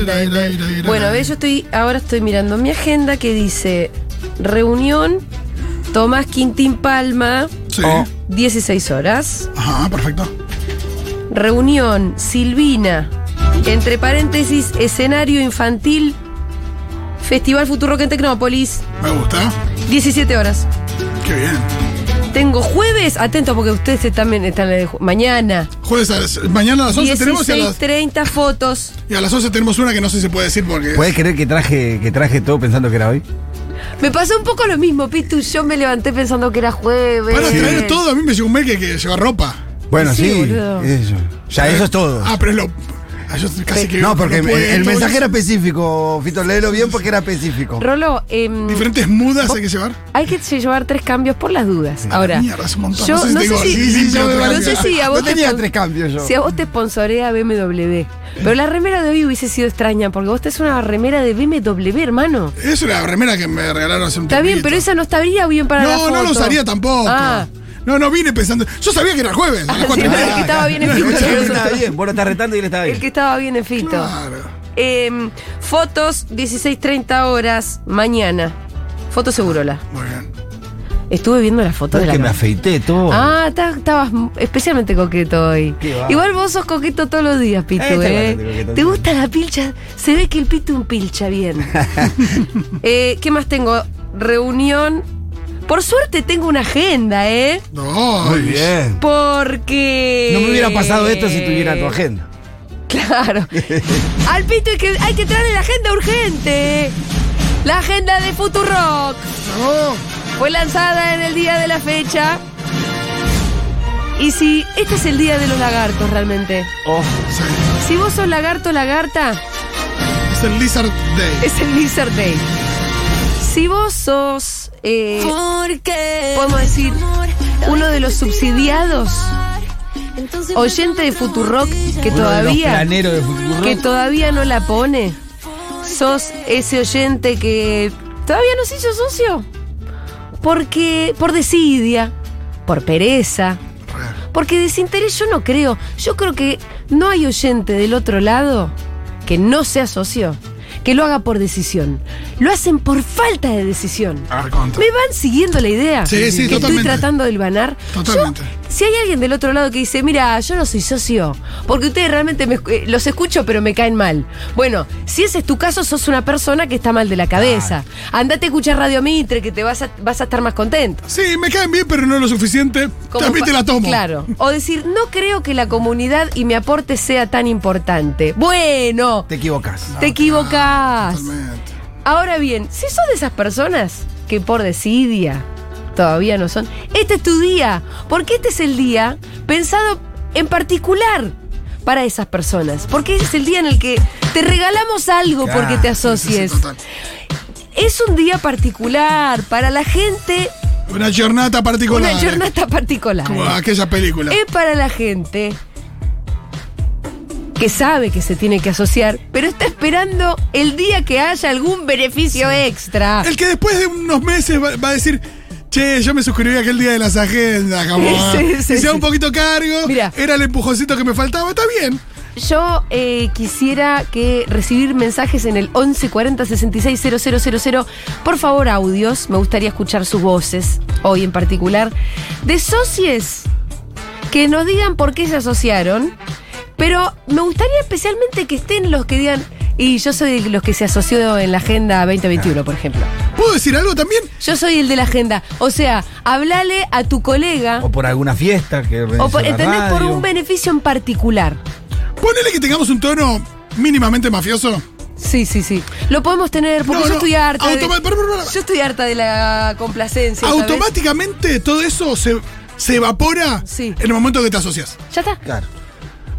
ira, ira, ira, ira. Bueno, a ver, yo estoy, ahora estoy mirando mi agenda que dice reunión Tomás Quintín Palma, Sí. 16 horas. Ajá, perfecto. Reunión Silvina, entre paréntesis, escenario infantil, Festival Futuro en Tecnópolis, Me gusta. 17 horas. Qué bien. Tengo jueves, atento porque ustedes se- también están en el ju- mañana. Jueves, a las- mañana a las 11 tenemos y a las, 16.30 fotos. y a las 11 tenemos una que no sé si se puede decir porque. ¿Puedes creer que traje, que traje todo pensando que era hoy? Me pasó un poco lo mismo, Pitu. Yo me levanté pensando que era jueves. Para traer todo, a mí me llegó un mail que, que lleva ropa. Bueno, Sí, sí. boludo. eso. Ya, eso es todo. Ah, pero es lo. ah, yo casi que. No, porque el, puede, el todo mensaje eso. era específico, Fito, léelo bien porque era específico. Rolo, em, Diferentes mudas hay que llevar. hay que llevar tres cambios por las dudas. Ahora, mierda, es un montón. yo No sé si no sé tengo- si, sí, sí, yo- tengo no tres sé si a No vos te tenía spon- tres cambios yo. Si a vos te sponsorea BMW. Pero la remera de hoy hubiese sido extraña, porque vos tenés una remera de BMW, hermano. Es una remera que me regalaron hace un tiempo. Está bien, pero esa no estaría bien para la No, foto. no lo usaría tampoco. Ah. No, no vine pensando. Yo sabía que era el jueves. a Ah, las cuatro sí, y pero media. que estaba bien en No, fito, no, que Él no no, estaba bien, vos lo estás retando y él estaba El que bien. estaba bien en fito. Claro. Em, fotos, 16.30 horas, mañana. Foto Segurola. Muy bien. Estuve viendo las fotos de Es la que me gala. afeité todo. Ah, ta- estabas especialmente coqueto hoy. Qué va. Igual vos sos coqueto todos los días, Pitu, Eh, está ¿eh? bastante coqueto, ¿Te sí. gusta la pilcha? Se ve que el Pitu un pilcha bien. Eh, ¿Qué más tengo? Reunión. Por suerte tengo una agenda, ¿eh? No, Muy y- bien. Porque. No me hubiera pasado esto si tuviera tu agenda. Claro. Al Pitu hay que, hay que traerle la agenda urgente. La agenda de Futurock. No. Fue lanzada en el día de la fecha. Y si este es el día de los lagartos realmente. Oh, Sí, Si vos sos lagarto lagarta, Es el Lizard Day. es el Lizard Day. Si vos sos, eh, Porque podemos decir, uno de los subsidiados oyente de Futurock Futurock que uno de los todavía planeros de Futuro. que todavía no la pone, sos ese oyente que todavía no se hizo socio. Porque por desidia, por pereza, Porque desinterés yo no creo. Yo creo que no hay oyente del otro lado que no sea socio, que lo haga por decisión. Lo hacen por falta de decisión. A ver, contra. ¿Me van siguiendo la idea? Sí, sí, que estoy totalmente. tratando de hilvanar. Yo- Totalmente. si hay alguien del otro lado que dice, mira, yo no soy socio, porque ustedes realmente me escu- eh, los escucho, pero me caen mal. Bueno, si ese es tu caso, sos una persona que está mal de la cabeza. Andate a escuchar Radio Mitre, que te vas a, vas a estar más contento. Sí, me caen bien, pero no lo suficiente. Como También te pa- la tomo. Ah, Claro. O decir, no creo que la comunidad y mi aporte sea tan importante. Bueno, Te equivocas. te equivocás. Ah, Totalmente. Ahora bien, si sos de esas personas que por desidia todavía no son, este es tu día, porque este es el día pensado en particular para esas personas, porque este es el día en el que te regalamos algo Claro, porque te Sí, sí, asocies. total. Es un día particular para la gente, Una jornada particular. una jornada particular. Como aquella película. Es para la gente que sabe que se tiene que asociar, pero está esperando el día que haya algún beneficio extra. El que después de unos meses va, va a decir, che, yo me suscribí aquel día de las agendas, como, Sí, ¿eh? sí, Y se da sí. un poquito cargo, Mirá. era el empujoncito que me faltaba, está bien. Yo eh, quisiera que recibir mensajes en el 11 40 66 000. Por favor, audios. Me gustaría escuchar sus voces, hoy en particular. De socies que nos digan por qué se asociaron. Pero me gustaría especialmente que estén los que digan. Y yo soy de los que se asoció en la Agenda 2021, por ejemplo. ¿Puedo decir algo también? Yo soy el de la Agenda. O sea, hablale a tu colega. O por alguna fiesta que O organizó por, la ¿Entendés? Por radio. un beneficio en particular. Ponele que tengamos un tono mínimamente mafioso. Sí, sí, sí. Lo podemos tener porque No, yo no, estoy harta. de- automa- pará, pará, pará. Yo estoy harta de la complacencia. ¿sabes? Automáticamente todo eso se, se evapora Sí. en el momento que te asocias. Ya está. Claro.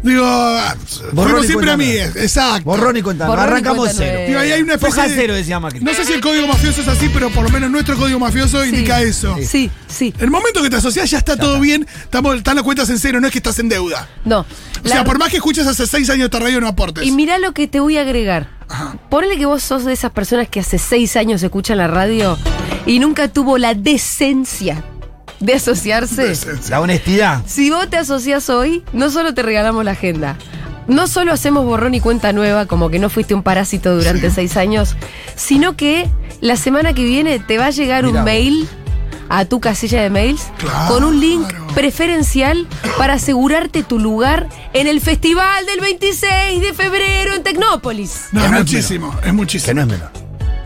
Digo, ah, fuimos y siempre cuenta amigues, exacto. Borrón y cuenta. Borrón y Arrancamos cuenta cero. nueva. Digo, ahí hay una especie Hoja de- cero, decía Macri. No sé si el código mafioso es así, pero por lo menos nuestro código mafioso Sí. indica eso. Sí, sí. El momento que te asocias ya está todo bien, estamos, están las cuentas en cero, no es que estás en deuda. No. O La- sea, por más que escuches hace seis años esta radio, no aportes. Y mirá lo que te voy a agregar. Ajá. Ponele que vos sos de esas personas que hace seis años escuchan la radio y nunca tuvo la decencia de asociarse. Sí, sí. La honestidad. Si vos te asocias hoy, no solo te regalamos la agenda. no solo hacemos borrón y cuenta nueva, como que no fuiste un parásito durante seis años, sino que la semana que viene te va a llegar Mirá un vos. mail a tu casilla de mails Claro. con un link preferencial para asegurarte tu lugar en el festival del 26 de febrero en Tecnópolis. No, Que es no es muchísimo, es Que muchísimo. no es menor.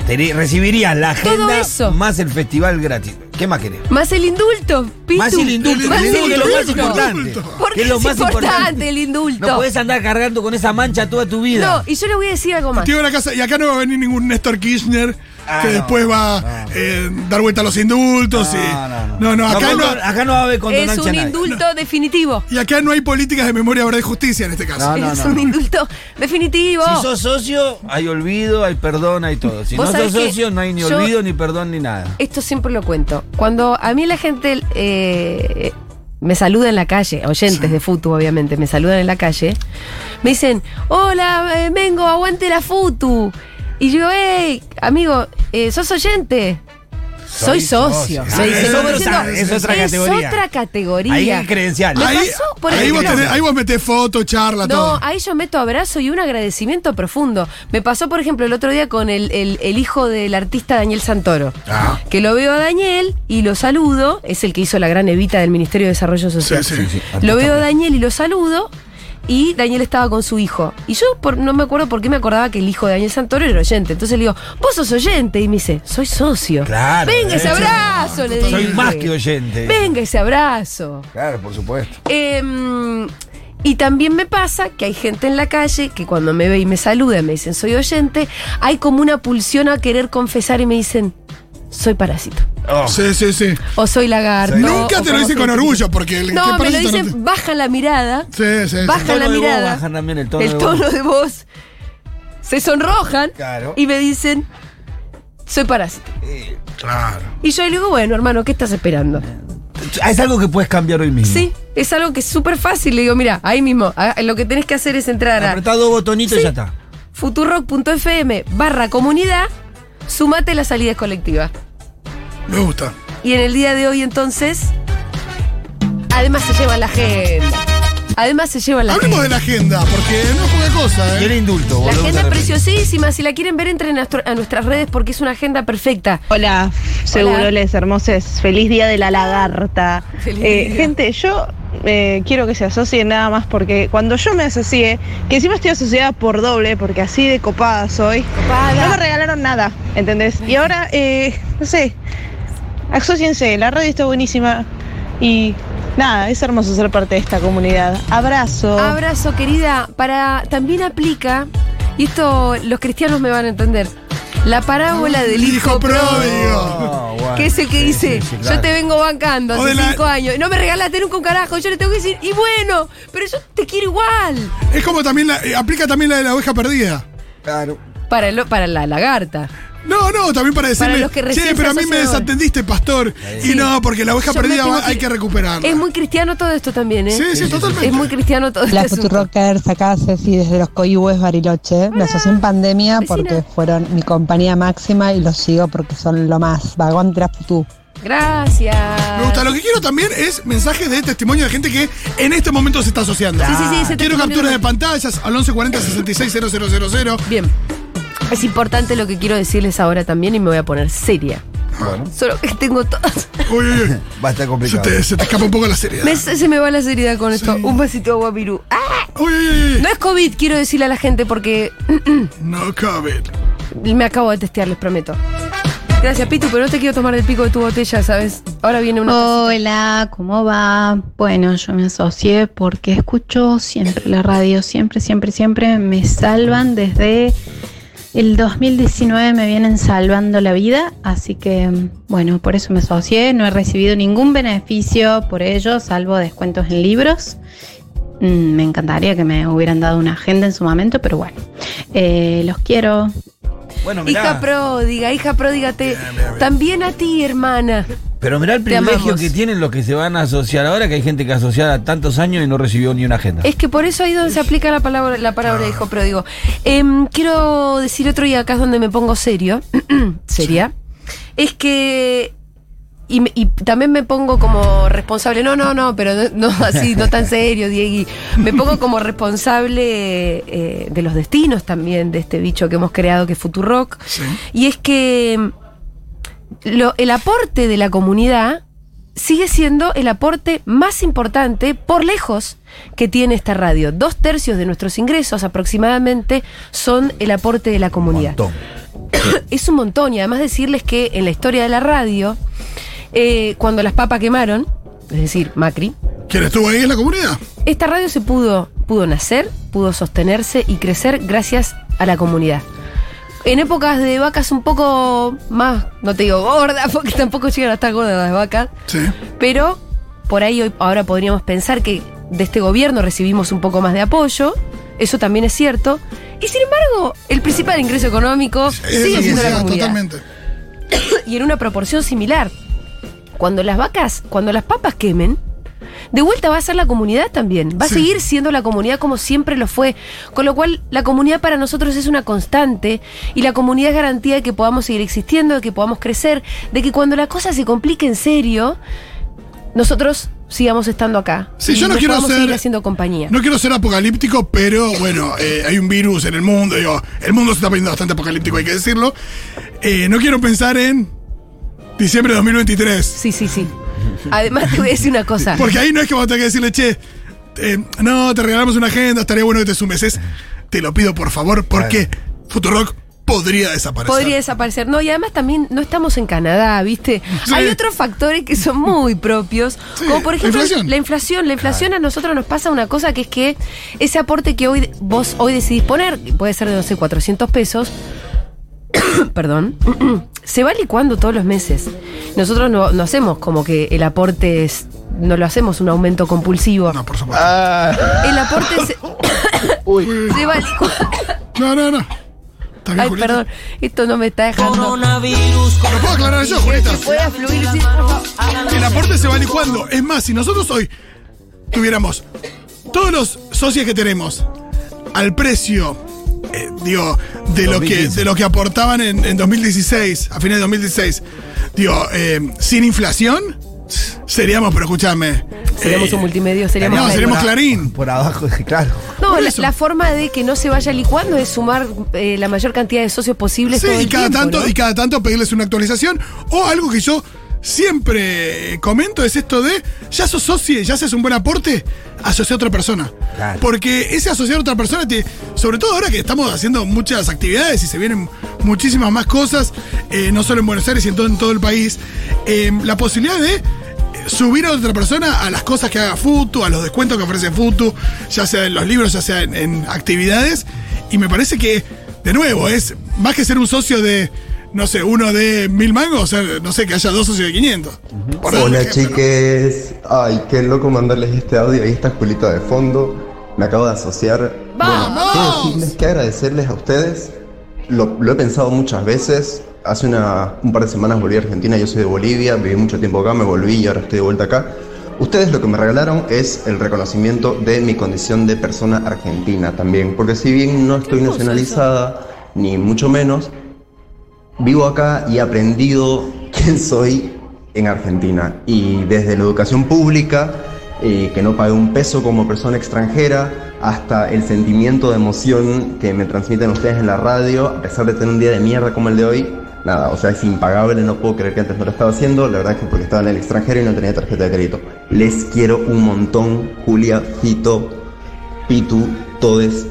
Tení- recibirías la Todo agenda eso. más el festival gratis. ¿Qué más querés? Más el indulto, Pitu. Más el indulto, Más que el es lo más indulto. importante. Porque Que es lo es más importante, importante. el indulto. No podés andar cargando con esa mancha toda tu No, vida. y yo le voy a decir algo más. Tiene una casa, y acá no va a venir ningún Néstor Kirchner Ah, que no, después va a no. dar vuelta a los indultos. y, no, no, acá no, condo- acá no va a haber Es condonancia a un nadie. indulto definitivo. y acá no hay políticas de memoria, verdad y justicia en este caso. No, no, es no. un indulto definitivo. Si sos socio, hay olvido, hay perdón, hay todo. Si Vos no sos sabés que socio, no hay ni yo- olvido, ni perdón, ni nada. Esto siempre lo cuento. Cuando a mí la gente eh, me saluda en la calle, oyentes de Futu, obviamente, me saludan en la calle, me dicen, hola, eh, Mengo, aguante la Futu. Y yo, hey, amigo, eh, ¿sos oyente? Soy Soy socio. socio. Me dicen, Ah, es como otra- diciendo, es otra Es categoría". otra categoría. Ahí hay credenciales. Me Ahí, pasó, por ahí vos ejemplo- tenés- ahí vos metés foto, charla, No, todo. ahí yo meto abrazo y un agradecimiento profundo. Me pasó, por ejemplo, el otro día con el, el- el hijo del artista Daniel Santoro. Ah. Que lo veo a Daniel y lo saludo. Es el que hizo la gran evita del Ministerio de Desarrollo Social. Sí, sí, sí. Lo veo a Daniel y lo saludo. Y Daniel estaba con su hijo. Y yo por- no me acuerdo por qué me acordaba que el hijo de Daniel Santoro era oyente. Entonces le digo, vos sos oyente. Y me dice, soy socio. Claro, Venga ese eh. abrazo, le Soy dije. más que oyente. Venga ese abrazo. Claro, por supuesto. Em, y también me pasa que hay gente en la calle que cuando me ve y me saluda, me dicen soy oyente, hay como una pulsión a querer confesar y me dicen soy parásito, Ah. Oh. Sí, sí, sí. o soy lagarto. Nunca o te lo como dicen se con dice. orgullo, porque No, el ¿qué me lo parásito no dicen, bajan la mirada, te- Sí, sí, sí. bajan tono la de voz, mirada, bajan también el tono de voz. de voz, se sonrojan Claro. y me dicen soy parásito. Claro. Y yo le digo, bueno, hermano, ¿qué estás esperando? Es algo que puedes cambiar hoy mismo. Sí, es algo que es súper fácil. Le digo, mira, ahí mismo, ah, lo que tenés que hacer es entrar a Apretá dos botonitos Sí. y ya está. futurock.fm barra comunidad, sumate las salidas colectivas. Me gusta. Y en el día de hoy entonces, además se llevan la agenda. Además se llevan la Hablemos agenda. de la agenda, porque no es poca cosa, Y el ¿eh? indulto, La volvemos agenda a es repetir. preciosísima, si la quieren ver entren a, nuestro- a nuestras redes porque es una agenda perfecta. Hola, seguro les hermosos. Feliz día de la lagarta. Feliz Eh, día. gente, yo eh, quiero que se asocien nada más porque cuando yo me asocié, que encima estoy asociada por doble, porque así de copada soy, Copada. no me regalaron nada, ¿entendés? Y ahora, eh, no sé, asociense, la radio está buenísima y nada, es hermoso ser parte de esta comunidad. Abrazo. Abrazo querida, para también aplica, y esto los cristianos me van a entender, la parábola del Hijo hijo pródigo. pródigo. Ah, bueno. Que es el que Sí, dice, sí, sí, claro. yo te vengo bancando O hace de la- cinco años, y no me regalaste nunca un carajo, yo le tengo que decir, y bueno, pero yo te quiero igual. Es como también la, eh, aplica también la de la oveja perdida. Claro. Para, lo- para la lagarta. No, no, también para decirle, los que recién che, pero a se mí me asocian ahora". desatendiste, pastor. Sí. Y no, porque la oveja Yo me perdida tengo va- hay que recuperarla. Es muy cristiano todo esto también, ¿eh? Sí, sí, totalmente. Es muy cristiano todo Hola, este asunto. Futurockers, acá Ceci desde los Coihues, Bariloche. Me asocié en pandemia vecina. porque fueron mi compañía máxima y los sigo porque son lo más. Vagón tras putú. Gracias. Me gusta. Lo que quiero también es mensajes de testimonio de gente que en este momento se está asociando. Sí, sí, sí, ese Quiero testimonio capturas no- de pantallas al 1140 660000. Bien. Es importante lo que quiero decirles ahora también y me voy a poner seria. Solo que tengo todas. Uy, uy, uy. Va a estar Se complicado. te, se te escapa un poco la seriedad. Me- se me va la seriedad con esto. Sí. Un vasito de agua pirú. ¡Ah! Uy, uy, uy, uy. No es COVID, quiero decirle a la gente porque No cabe. me acabo de testear, les prometo. Gracias, Pitu, pero no te quiero tomar del pico de tu botella, ¿sabes? Ahora viene una. Oh. Hola, ¿cómo va? Bueno, yo me asocié porque escucho siempre la radio, siempre, siempre, siempre me salvan desde el 2019 me vienen salvando la vida, así que bueno, por eso me asocié, no he recibido ningún beneficio por ello, salvo descuentos en libros. Mm, Me encantaría que me hubieran dado una agenda en su momento, pero bueno, Eh, los quiero. Bueno, mirá. Hija pródiga, hija pródiga, te. También a ti, hermana. Pero mirá el Te privilegio amamos. que tienen los que se van a asociar ahora, que hay gente que asociada tantos años y no recibió ni una agenda. Es que por eso ahí es donde se aplica la palabra, la palabra de hijo pródigo. Em, quiero decir otro y acá es donde me pongo serio. seria. Es que Y, me- y también me pongo como responsable, no, no, no, pero no, no así, no tan serio, Diegui. Me pongo como responsable eh, de los destinos también de este bicho que hemos creado que es Futurock. Sí. Y es que lo- el aporte de la comunidad sigue siendo el aporte más importante por lejos que tiene esta radio. Dos tercios de nuestros ingresos aproximadamente son el aporte de la comunidad. Montón. Es un montón y además decirles que en la historia de la radio, eh, cuando las papas quemaron, es decir, Macri, ¿Quién estuvo ahí en la comunidad? esta radio se pudo, pudo nacer, pudo sostenerse y crecer gracias a la comunidad. En épocas de vacas un poco más, no te digo gordas, porque tampoco llegan a estar gordas las vacas, Sí. pero por ahí hoy, ahora podríamos pensar que de este gobierno recibimos un poco más de apoyo, eso también es cierto, y sin embargo el principal ingreso económico sigue Esa siendo la comunidad, comunidad Totalmente. y en una proporción similar. Cuando las vacas, cuando las papas quemen, de vuelta va a ser la comunidad también. Va Sí. a seguir siendo la comunidad como siempre lo fue. Con lo cual, la comunidad para nosotros es una constante y la comunidad es garantía de que podamos seguir existiendo, de que podamos crecer, de que cuando la cosa se complique en serio, nosotros sigamos estando acá. Sí, Y yo no nos quiero podamos ser- seguir haciendo compañía. No quiero ser apocalíptico, pero bueno, eh, hay un virus en el mundo. Digo, el mundo se está poniendo bastante apocalíptico, hay que decirlo. Eh, no quiero pensar en diciembre de 2023. Sí, sí, sí. Además, te voy a decir una cosa. Porque ahí no es que vamos a tener que decirle, che, eh, no, te regalamos una agenda, estaría bueno que te sumes. Es, te lo pido por favor, porque Futurock podría desaparecer. Podría desaparecer. No, y además también no estamos en Canadá, ¿viste? Sí. Hay otros factores que son muy propios, Sí, como por ejemplo la inflación. la inflación. La inflación a nosotros nos pasa una cosa que es que ese aporte que hoy vos hoy decidís poner, que puede ser de, no sé, 400 pesos, perdón, se va licuando todos los meses. Nosotros no, no hacemos como que el aporte es, no lo hacemos un aumento compulsivo. No, por Ah. supuesto. El aporte se, se va licuando. No, no, no. Está bien, Ay, Julieta. perdón, esto no me está dejando. Lo puedo aclarar yo, Julieta. Pueda fluir, sí, por favor. El aporte se va licuando. Es más, si nosotros hoy tuviéramos todos los socios que tenemos al precio, eh, digo, de lo, que, 2015. de lo que aportaban en, en 2016, a fines de 2016, digo, eh, sin inflación, seríamos, pero escúchame. Seríamos eh, un multimedio, seríamos. No, la- seremos Por a- Clarín. Por abajo, claro. No, por la, eso. la forma de que no se vaya licuando es sumar eh, la mayor cantidad de socios posibles. Sí, todo y el cada, tiempo, tanto, ¿no? y cada tanto pedirles una actualización. O algo que yo siempre eh, comento es esto de, ya sos socio, ya haces un buen aporte, asocia a otra persona. Claro. Porque ese asociar a otra persona, te- sobre todo ahora que estamos haciendo muchas actividades y se vienen muchísimas más cosas, eh, no solo en Buenos Aires, sino en todo el país, eh, la posibilidad de... eh, Subir a otra persona a las cosas que haga Futu, a los descuentos que ofrece Futu, ya sea en los libros, ya sea en- en actividades. Y me parece que de nuevo, es más que ser un socio de, no sé, uno de mil mangos, o sea, no sé, que haya dos socios de 500. Por dar un Hola ejemplo, ¿no? chiques, ay qué loco mandarles este audio, ahí está Julita de fondo, me acabo de asociar. ¡Vamos! quiero decirles que agradecerles a ustedes, lo, lo he pensado muchas veces, hace una- un par de semanas volví a Argentina, yo soy de Bolivia, viví mucho tiempo acá, me volví y ahora estoy de vuelta acá. Ustedes lo que me regalaron es el reconocimiento de mi condición de persona argentina también, porque si bien no estoy hermoso eso. nacionalizada, ni mucho menos, Vivo acá y he aprendido quién soy en Argentina. Y desde la educación pública, eh, que no pagué un peso como persona extranjera, hasta el sentimiento de emoción que me transmiten ustedes en la radio, a pesar de tener un día de mierda como el de hoy. Nada, o sea, es impagable, no puedo creer que antes no lo estaba haciendo, la verdad es que porque estaba en el extranjero y no tenía tarjeta de crédito. Les quiero un montón, Julia, Fito, Pitu, todes,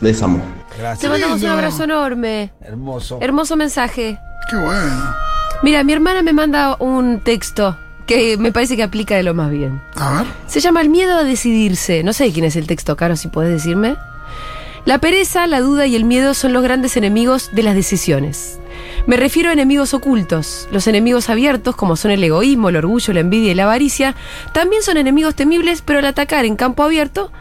les amo. Te Gracias. mandamos un lindo. abrazo enorme. Hermoso. Hermoso mensaje. Qué bueno. Mira, mi hermana me manda un texto que me parece que aplica de lo más bien. A ver. Se llama El miedo a decidirse. No sé de quién es el texto, Caro, si puedes decirme. La pereza, la duda y el miedo son los grandes enemigos de las decisiones. Me refiero a enemigos ocultos. Los enemigos abiertos, como son el egoísmo, el orgullo, la envidia y la avaricia, también son enemigos temibles, pero al atacar en campo abierto,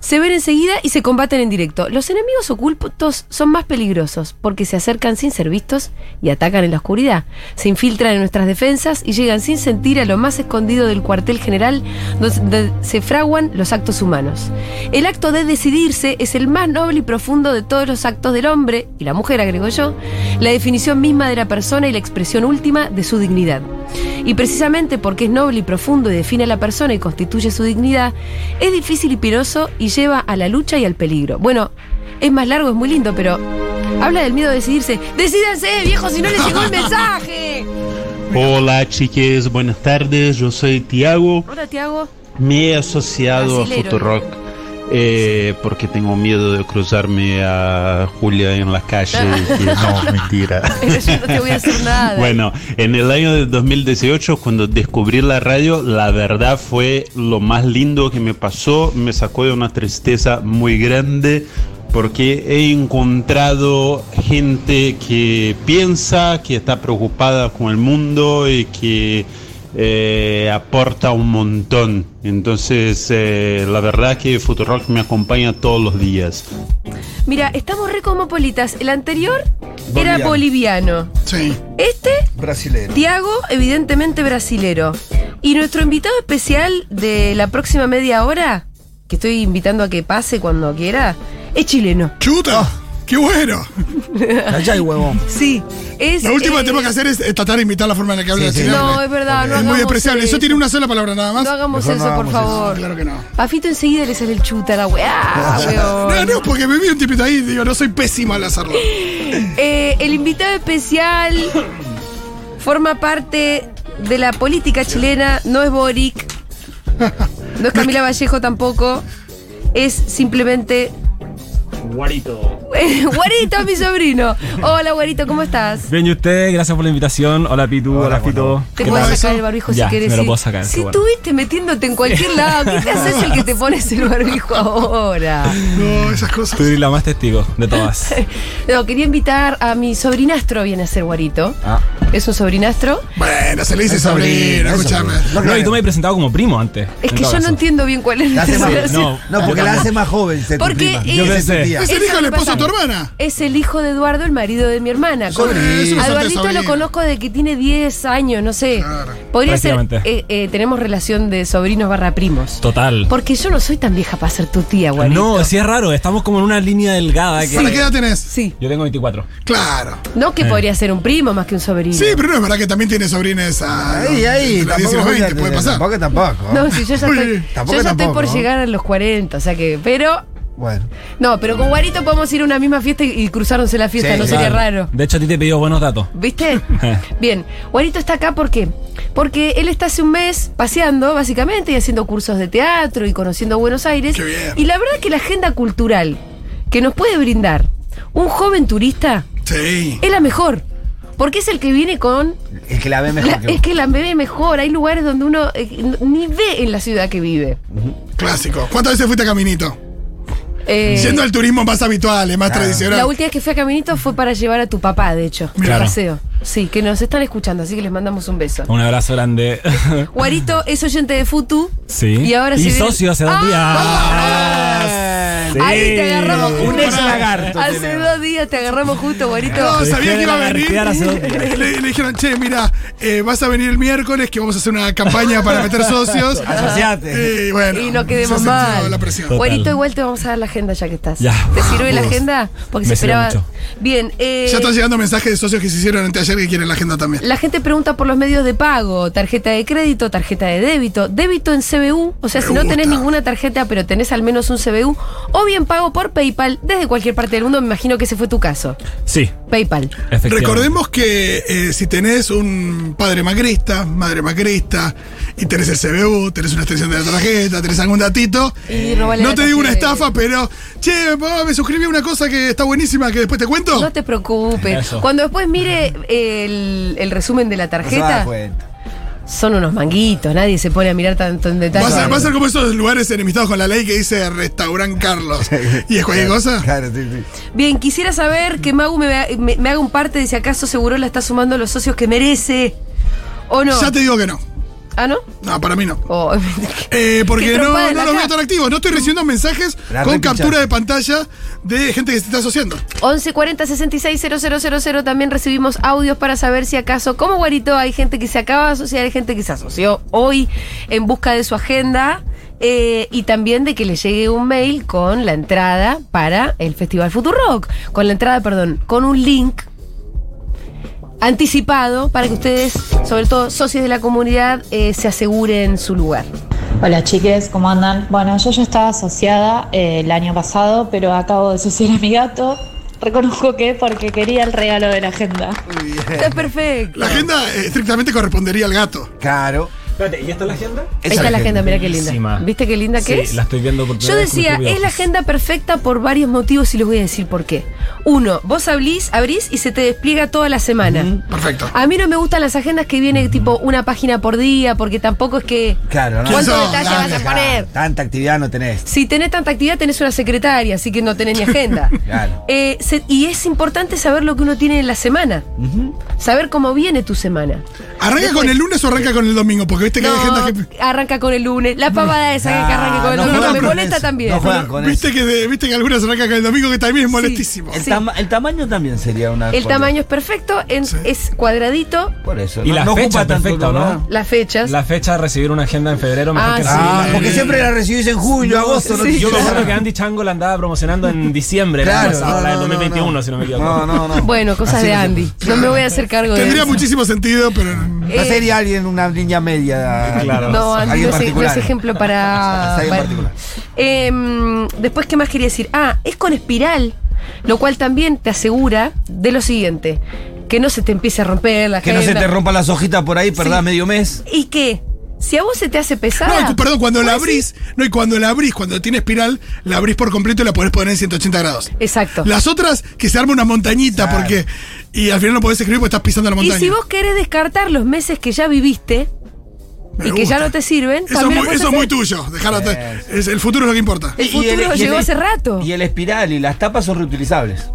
se ven enseguida y se combaten en directo. Los enemigos ocultos son más peligrosos porque se acercan sin ser vistos y atacan en la oscuridad. Se infiltran en nuestras defensas y llegan sin sentir a lo más escondido del cuartel general donde se fraguan los actos humanos. El acto de decidirse es el más noble y profundo de todos los actos del hombre, y la mujer, agrego yo, la definición misma de la persona y la expresión última de su dignidad. Y precisamente porque es noble y profundo y define a la persona y constituye su dignidad, es difícil y piroso y lleva a la lucha y al peligro. Bueno, es más largo, es muy lindo, pero habla del miedo a decidirse. ¡Decídanse, viejo, si no les llegó el mensaje! Hola chiques, buenas tardes, yo soy Tiago. Ahora, Tiago. Me he asociado Brasilero. a Futurock eh, porque tengo miedo de cruzarme a Julia en la calle. y no, mentira. Pero yo no te voy a hacer nada. Bueno, en el año de 2018, cuando descubrí la radio, la verdad fue lo más lindo que me pasó. Me sacó de una tristeza muy grande porque he encontrado gente que piensa, que está preocupada con el mundo y que eh, aporta un montón. Entonces, eh, la verdad que Futurock me acompaña todos los días. Mira, estamos re cosmopolitas. El anterior era Boliviano. boliviano. Sí. Este, Brasilero. Tiago, evidentemente brasilero. Y nuestro invitado especial de la próxima media hora, que estoy invitando a que pase cuando quiera, es chileno. ¡Chuta! ¡Qué bueno! Allá hay huevón. Sí, es. La eh, última que tenemos que hacer es eh, tratar de imitar la forma en la que habla Sí, la sí. señora. No, es verdad, no Es hagamos muy despreciable. eso. Eso tiene una sola palabra nada más. Ah, No hagamos Mejor no eso, por hagamos eso. favor. Claro que no. Pafito enseguida le sale el chuta a la weá, weón. No, no, porque me vi un tipito ahí, digo, no soy pésima al hacerlo. Eh, el invitado especial forma parte de la política chilena, no es Boric, no es Camila Vallejo tampoco, es simplemente... Guarito. Guarito, mi sobrino. Hola, Guarito, ¿cómo estás? Bien, y ustedes, gracias por la invitación. Hola Pitu, hola, Hola, Fito. Te ¿Qué puedo tal? sacar el barbijo Ya, si quieres. me lo sí. puedo sacar, qué Si bueno. estuviste metiéndote en cualquier lado, ¿qué te haces el que te pones el barbijo ahora? No, esas cosas. Tú eres la más testigo de todas. No, quería invitar a mi sobrinastro, viene a ser Guarito. Ah. Es un sobrinastro. Bueno, se le dice Es sobrino, sobrino, es escúchame. sobrino. No, y tú me has presentado como primo antes. Es en que todo yo no caso. entiendo bien cuál es La la hace más- relación. No, No, porque la hace más joven, se Porque es, Yo pensé. Es el eso hijo del me esposo pasa. de tu hermana. Es el hijo de Eduardo, el marido de mi hermana. Con- Sobrino, es un A santo Eduardito sobrino. lo conozco desde que tiene 10 años, no sé. Claro. Podría ser. Prácticamente. eh, eh, tenemos relación de sobrinos barra primos. Total. Porque yo no soy tan vieja para ser tu tía, Guarito. No, sí es raro, estamos como en una línea delgada. Que... ¿Para qué edad tenés? Sí. Yo tengo 24. Claro. No que Eh. podría ser un primo más que un sobrino. Sí, pero no es verdad que también tiene sobrines a. Ahí, ahí. entre los 10 y los 20, puede pasar. Tampoco, tampoco. No, si yo ya estoy, Oye, tampoco, yo ya estoy tampoco, por ¿no? llegar a los 40, o sea que, pero Bueno. no, pero con Guarito podemos ir a una misma fiesta y y cruzarnos en la fiesta, Sí, no claro. sería raro. De hecho, a ti te he pedido buenos datos. ¿Viste? Bien, Guarito está acá ¿por qué? Porque él está hace un mes paseando, básicamente, y haciendo cursos de teatro y conociendo Buenos Aires. Qué bien. Y la verdad que la agenda cultural que nos puede brindar un joven turista Sí. es la mejor. Porque es el que viene con Es que la ve mejor La- que es que la bebé mejor, hay lugares donde uno eh, n- ni ve en la ciudad que vive. Clásico. ¿Cuántas veces fuiste a Caminito? Eh, Yendo al turismo más habitual, eh, más la tradicional. última vez que fui a Caminito fue para llevar a tu papá, de hecho, de Claro. paseo. Sí, que nos están escuchando, así que les mandamos un beso. Un abrazo grande. Guarito es oyente de Futu. sí. Y ahora sí. viene- socio hace ¡Ah! dos días. Sí. Ahí te agarramos justo. Un ex lagarto Hace tenemos. dos días te agarramos justo, Guarito. No, Dejé sabía de que iba a venir. lagartear hace dos días. Le, le dijeron, che, mira, eh, vas a venir el miércoles que vamos a hacer una campaña para meter socios. Asociate. Y bueno. Y no quedemos se sintió mal. La presión. Total. Guarito, igual te vamos a dar la agenda ya que estás. Ya. ¿Te sirve la Vamos. agenda? Porque se Me sirve esperaba. mucho. Bien, eh, Ya están llegando mensajes de socios que se hicieron antes ayer que quieren la agenda también. La gente pregunta por los medios de pago, tarjeta de crédito, tarjeta de débito, débito en CBU, o sea, Me si no tenés gusta. ninguna tarjeta, pero tenés al menos un CBU, o bien pago por PayPal desde cualquier parte del mundo, me imagino que ese fue tu caso. Sí, PayPal. efectivamente. Recordemos que eh, si tenés un padre macrista, madre macrista, y tenés el CBU, tenés una extensión de la tarjeta, tenés algún datito, Y robale la no te digo una tarjeta. estafa, pero, che, papá, me suscribí a una cosa que está buenísima, que después te cuento. No te preocupes. Eso. Cuando después mire el, el resumen de la No se va a tarjeta, dar cuenta. son unos manguitos, nadie se pone a mirar tanto en detalle. Va a, ser, va a ser como esos lugares enemistados con la ley que dice restaurant Carlos. ¿Y es cualquier cosa? Claro, sí, sí. Bien, quisiera saber que Magu me, me- me haga un parte de si acaso seguro la está sumando a los socios que merece. ¿O no? Ya te digo que no. ¿Ah, no? No, para mí no. Oh, Eh, Qué porque trompada no, en la no los veo cara. tan activos. No estoy recibiendo mensajes La con repicha. captura de pantalla de gente que se está asociando. 11 40 66 000 también recibimos audios para saber si acaso, como Guarito, hay gente que se acaba de asociar, hay gente que se asoció hoy en busca de su agenda eh, y también de que le llegue un mail con la entrada para el Festival Futurock, con la entrada, perdón, con un link anticipado para que ustedes, sobre todo socios de la comunidad, eh, se aseguren su lugar. Hola chiques, ¿cómo andan? Bueno, yo ya estaba asociada eh, el año pasado, pero acabo de asociar a mi gato. Reconozco que porque quería el regalo de la agenda. Está perfecto. La agenda eh, estrictamente correspondería al gato. Claro. Espérate, ¿y esta es la agenda? Ahí está la agenda, mira qué linda. Buenísima. ¿Viste qué linda que Sí, es? la estoy viendo Yo por primera vez con decía, mis propios es la ojos. agenda perfecta por varios motivos y les voy a decir por qué. Uno, vos abrís, abrís y se te despliega toda la semana. Perfecto. A mí no me gustan las agendas que viene tipo una página por día, porque tampoco es que. Claro, ¿no? ¿Cuánto detalle vas a Tanta- poner? Tanta actividad no tenés. Si tenés tanta actividad, tenés una secretaria, así que no tenés ni agenda. Claro. Eh, se- y es importante saber lo que uno tiene en la semana. Saber cómo viene tu semana. ¿Arranca con el lunes o arranca con el domingo? Porque viste que No, hay gente que. arranca con el lunes. La pavada esa que arranca con el Ah, no lunes. juegan me con molesta eso, también. no juegan con Viste que, de- viste que algunas arrancan con el domingo que también es molestísimo. El, tama- el tamaño también sería una. El tamaño es perfecto, en- es cuadradito. Por eso. Y la fecha perfecta, lugar. ¿no? Las fechas. La fecha de recibir una agenda en febrero mejor Ah, que sí. Ah, recibirla en- porque siempre la recibís en julio, agosto, no Yo me acuerdo que Andy Chango la andaba promocionando en diciembre, la Claro, pasada, no, la del no, no, 2021, si no me equivoco. No, no, no. Bueno, cosas Así de no se- Andy. No me voy a hacer cargo de Tendría eso. muchísimo sentido, pero. No sería alguien una línea media. Claro. Eh, No, Andy no alguien es, no particular. es ejemplo para. Alguien para- particular. Em, después, ¿qué más quería decir? Ah, es con espiral, lo cual también te asegura de lo siguiente: que no se te empiece a romper la Que no se agenda. te rompan las hojitas por ahí, perdás medio mes. Y que, si a vos se te hace pesada. No, y cu- perdón, cuando la pues sí. abrís, no, y cuando la abrís, cuando tiene espiral, la abrís por completo y la podés poner en 180 grados. Exacto. Las otras, que se arma una montañita, Claro. porque. Y al final no podés escribir porque estás pisando la Y montaña. si vos querés descartar los meses que ya viviste Me y que ya gusta. no te sirven, Eso, es también muy, lo puedes eso es muy hacer. tuyo. dejar atrás. Es- el futuro es lo que importa. El Y- y futuro y llegó hace rato. Y el espiral y las tapas son reutilizables.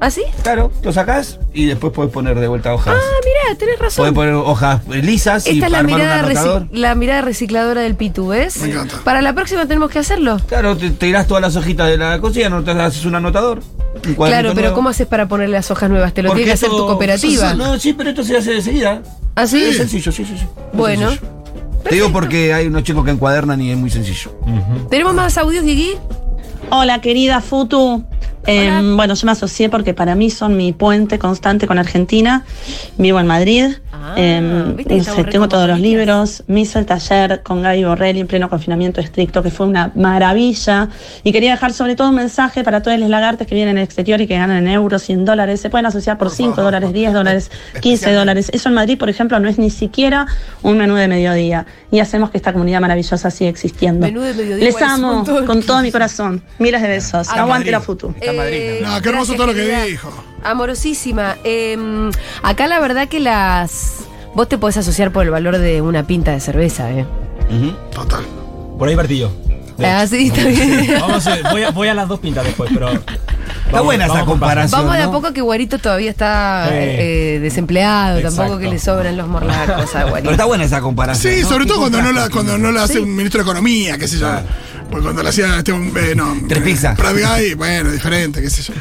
¿Ah, sí? Claro, lo sacás y después podés poner de vuelta hojas. Ah, mirá, tenés podés razón. poner hojas eh, lisas y Esta es la armar un mirada, anotador. reci- la mirada recicladora del Pitu, ¿ves? Me encanta. Para la próxima tenemos que hacerlo. Claro, te, te tirás todas las hojitas de la cocina, no te haces un anotador. un cuadernito Claro, pero nuevo. ¿cómo haces para poner las hojas nuevas? Te lo Porque tiene que hacer esto- tu cooperativa. No, sí, pero esto se hace de seguida. ¿Ah, sí? Es sencillo, sí, sí, sí. Es Bueno. sencillo. Te digo porque hay unos chicos que encuadernan y es muy sencillo. ¿Tenemos más audios, Diegui? Hola, querida Futu. Eh, Hola. bueno, yo me asocié porque para mí son mi puente constante con Argentina. Vivo en Madrid. Ah, Eh, viste que no estamos sé, re tengo todos los cosmopolitas. libros. Me hice el taller con Gaby Borrelli en pleno confinamiento estricto, que fue una maravilla. Y quería dejar sobre todo un mensaje para todos los lagartes que vienen del exterior y que ganan en euros y en dólares. Se pueden asociar por 5 dólares, 10 dólares, 15 dólares. Eso en Madrid, por ejemplo, no es ni siquiera un menú de mediodía. Y hacemos que esta comunidad maravillosa siga existiendo. Menú de mediodía Les igual es un amo montón. con todo mi corazón. Miles de besos. Ay, Aguante Madrid. la futu. Está en Madrid, Eh, No, qué hermoso gracias, todo lo que querida. dijo. Amorosísima. Eh, acá la verdad que las. Vos te podés asociar por el valor de una pinta de cerveza, ¿eh? Total. Por ahí partí yo. Ah, sí, está bien. Vamos a- voy, a, voy a las dos pintas después, pero. Está buena esa con comparación. Vamos de a ¿no? poco que Guarito todavía está Sí. eh, desempleado, tampoco Exacto. que le sobran los morlacos a Pero Guarito. está buena esa comparación. Sí, ¿no? sobre ¿Qué todo cuando no la, contraste cuando no la hace Sí. un ministro de Economía, qué sé yo. Pues cuando la hacía este un- eh, no, Tres eh, pizzas. Prat Guy, bueno, diferente, qué sé yo.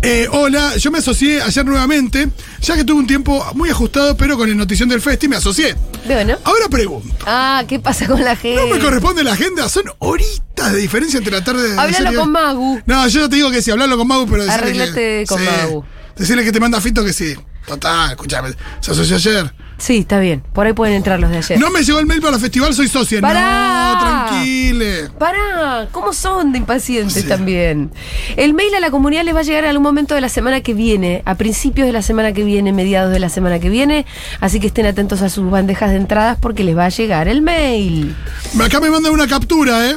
Eh, hola, yo me asocié ayer nuevamente, ya que tuve un tiempo muy ajustado, pero con el notición del festi me asocié. Bueno. Ahora pregunto, Ah, ¿qué pasa con la gente? ¿no me corresponde la agenda? Son horitas de diferencia entre la tarde de Háblalo ayer y con hoy. Magu. No, yo ya te digo que sí, hablarlo con Magu, pero decirle Arréglate que, con sí. Magu. Decirle que te manda Fito que sí. Total, escúchame, se asoció ayer. Sí, está bien. Por ahí pueden entrar los de ayer. No me llegó el mail para el festival, soy socia. Pará. No, tranquile. Pará, ¿cómo son de impacientes también? El mail a la comunidad les va a llegar en algún momento de la semana que viene, a principios de la semana que viene, mediados de la semana que viene, así que estén atentos a sus bandejas de entradas porque les va a llegar el mail. Acá me mandan una captura, ¿eh?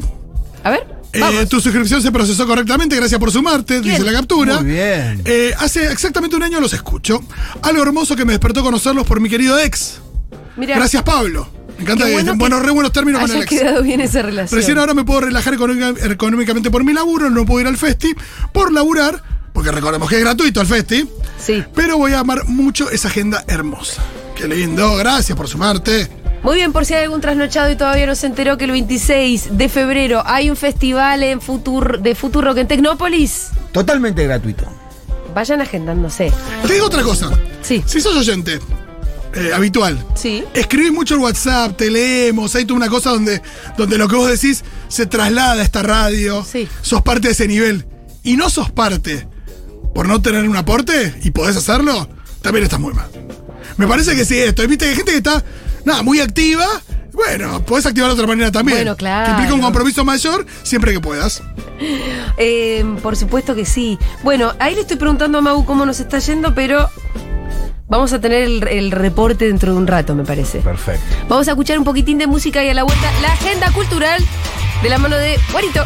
A ver, Eh, vamos. tu suscripción se procesó correctamente, gracias por sumarte, Bien. dice la captura. Muy bien. Eh, hace exactamente un año los escucho. Algo hermoso que me despertó conocerlos por mi querido ex. Mirá, Gracias, Pablo. Me encanta Qué que bueno estén que buenos, re buenos términos con haya el ex. quedado bien esa relación. Recién ahora me puedo relajar económica- económicamente por mi laburo, no puedo ir al festi, por laburar, porque recordemos que es gratuito el festi, Sí. pero voy a amar mucho esa agenda hermosa. Qué lindo, gracias por sumarte. Muy bien, por si hay algún trasnochado y todavía no se enteró que el 26 de febrero hay un festival en Futur, de Futuro en Tecnópolis. Totalmente gratuito. Vayan agendándose. Te digo otra cosa. Sí. Si sos oyente eh, habitual, Sí. escribís mucho el WhatsApp, te leemos, hay toda una cosa donde, donde lo que vos decís se traslada a esta radio. Sí. Sos parte de ese nivel. Y no sos parte por no tener un aporte y podés hacerlo, también estás muy mal. Me parece que sí, esto. Y Viste que hay gente que está, nada, muy activa. Bueno, puedes activar de otra manera también. Bueno, claro. Que implica un compromiso mayor siempre que puedas. Eh, por supuesto que sí. Bueno, ahí le estoy preguntando a Mau cómo nos está yendo, pero vamos a tener el, el reporte dentro de un rato, me parece. Perfecto. Vamos a escuchar un poquitín de música y a la vuelta la agenda cultural de la mano de Juanito.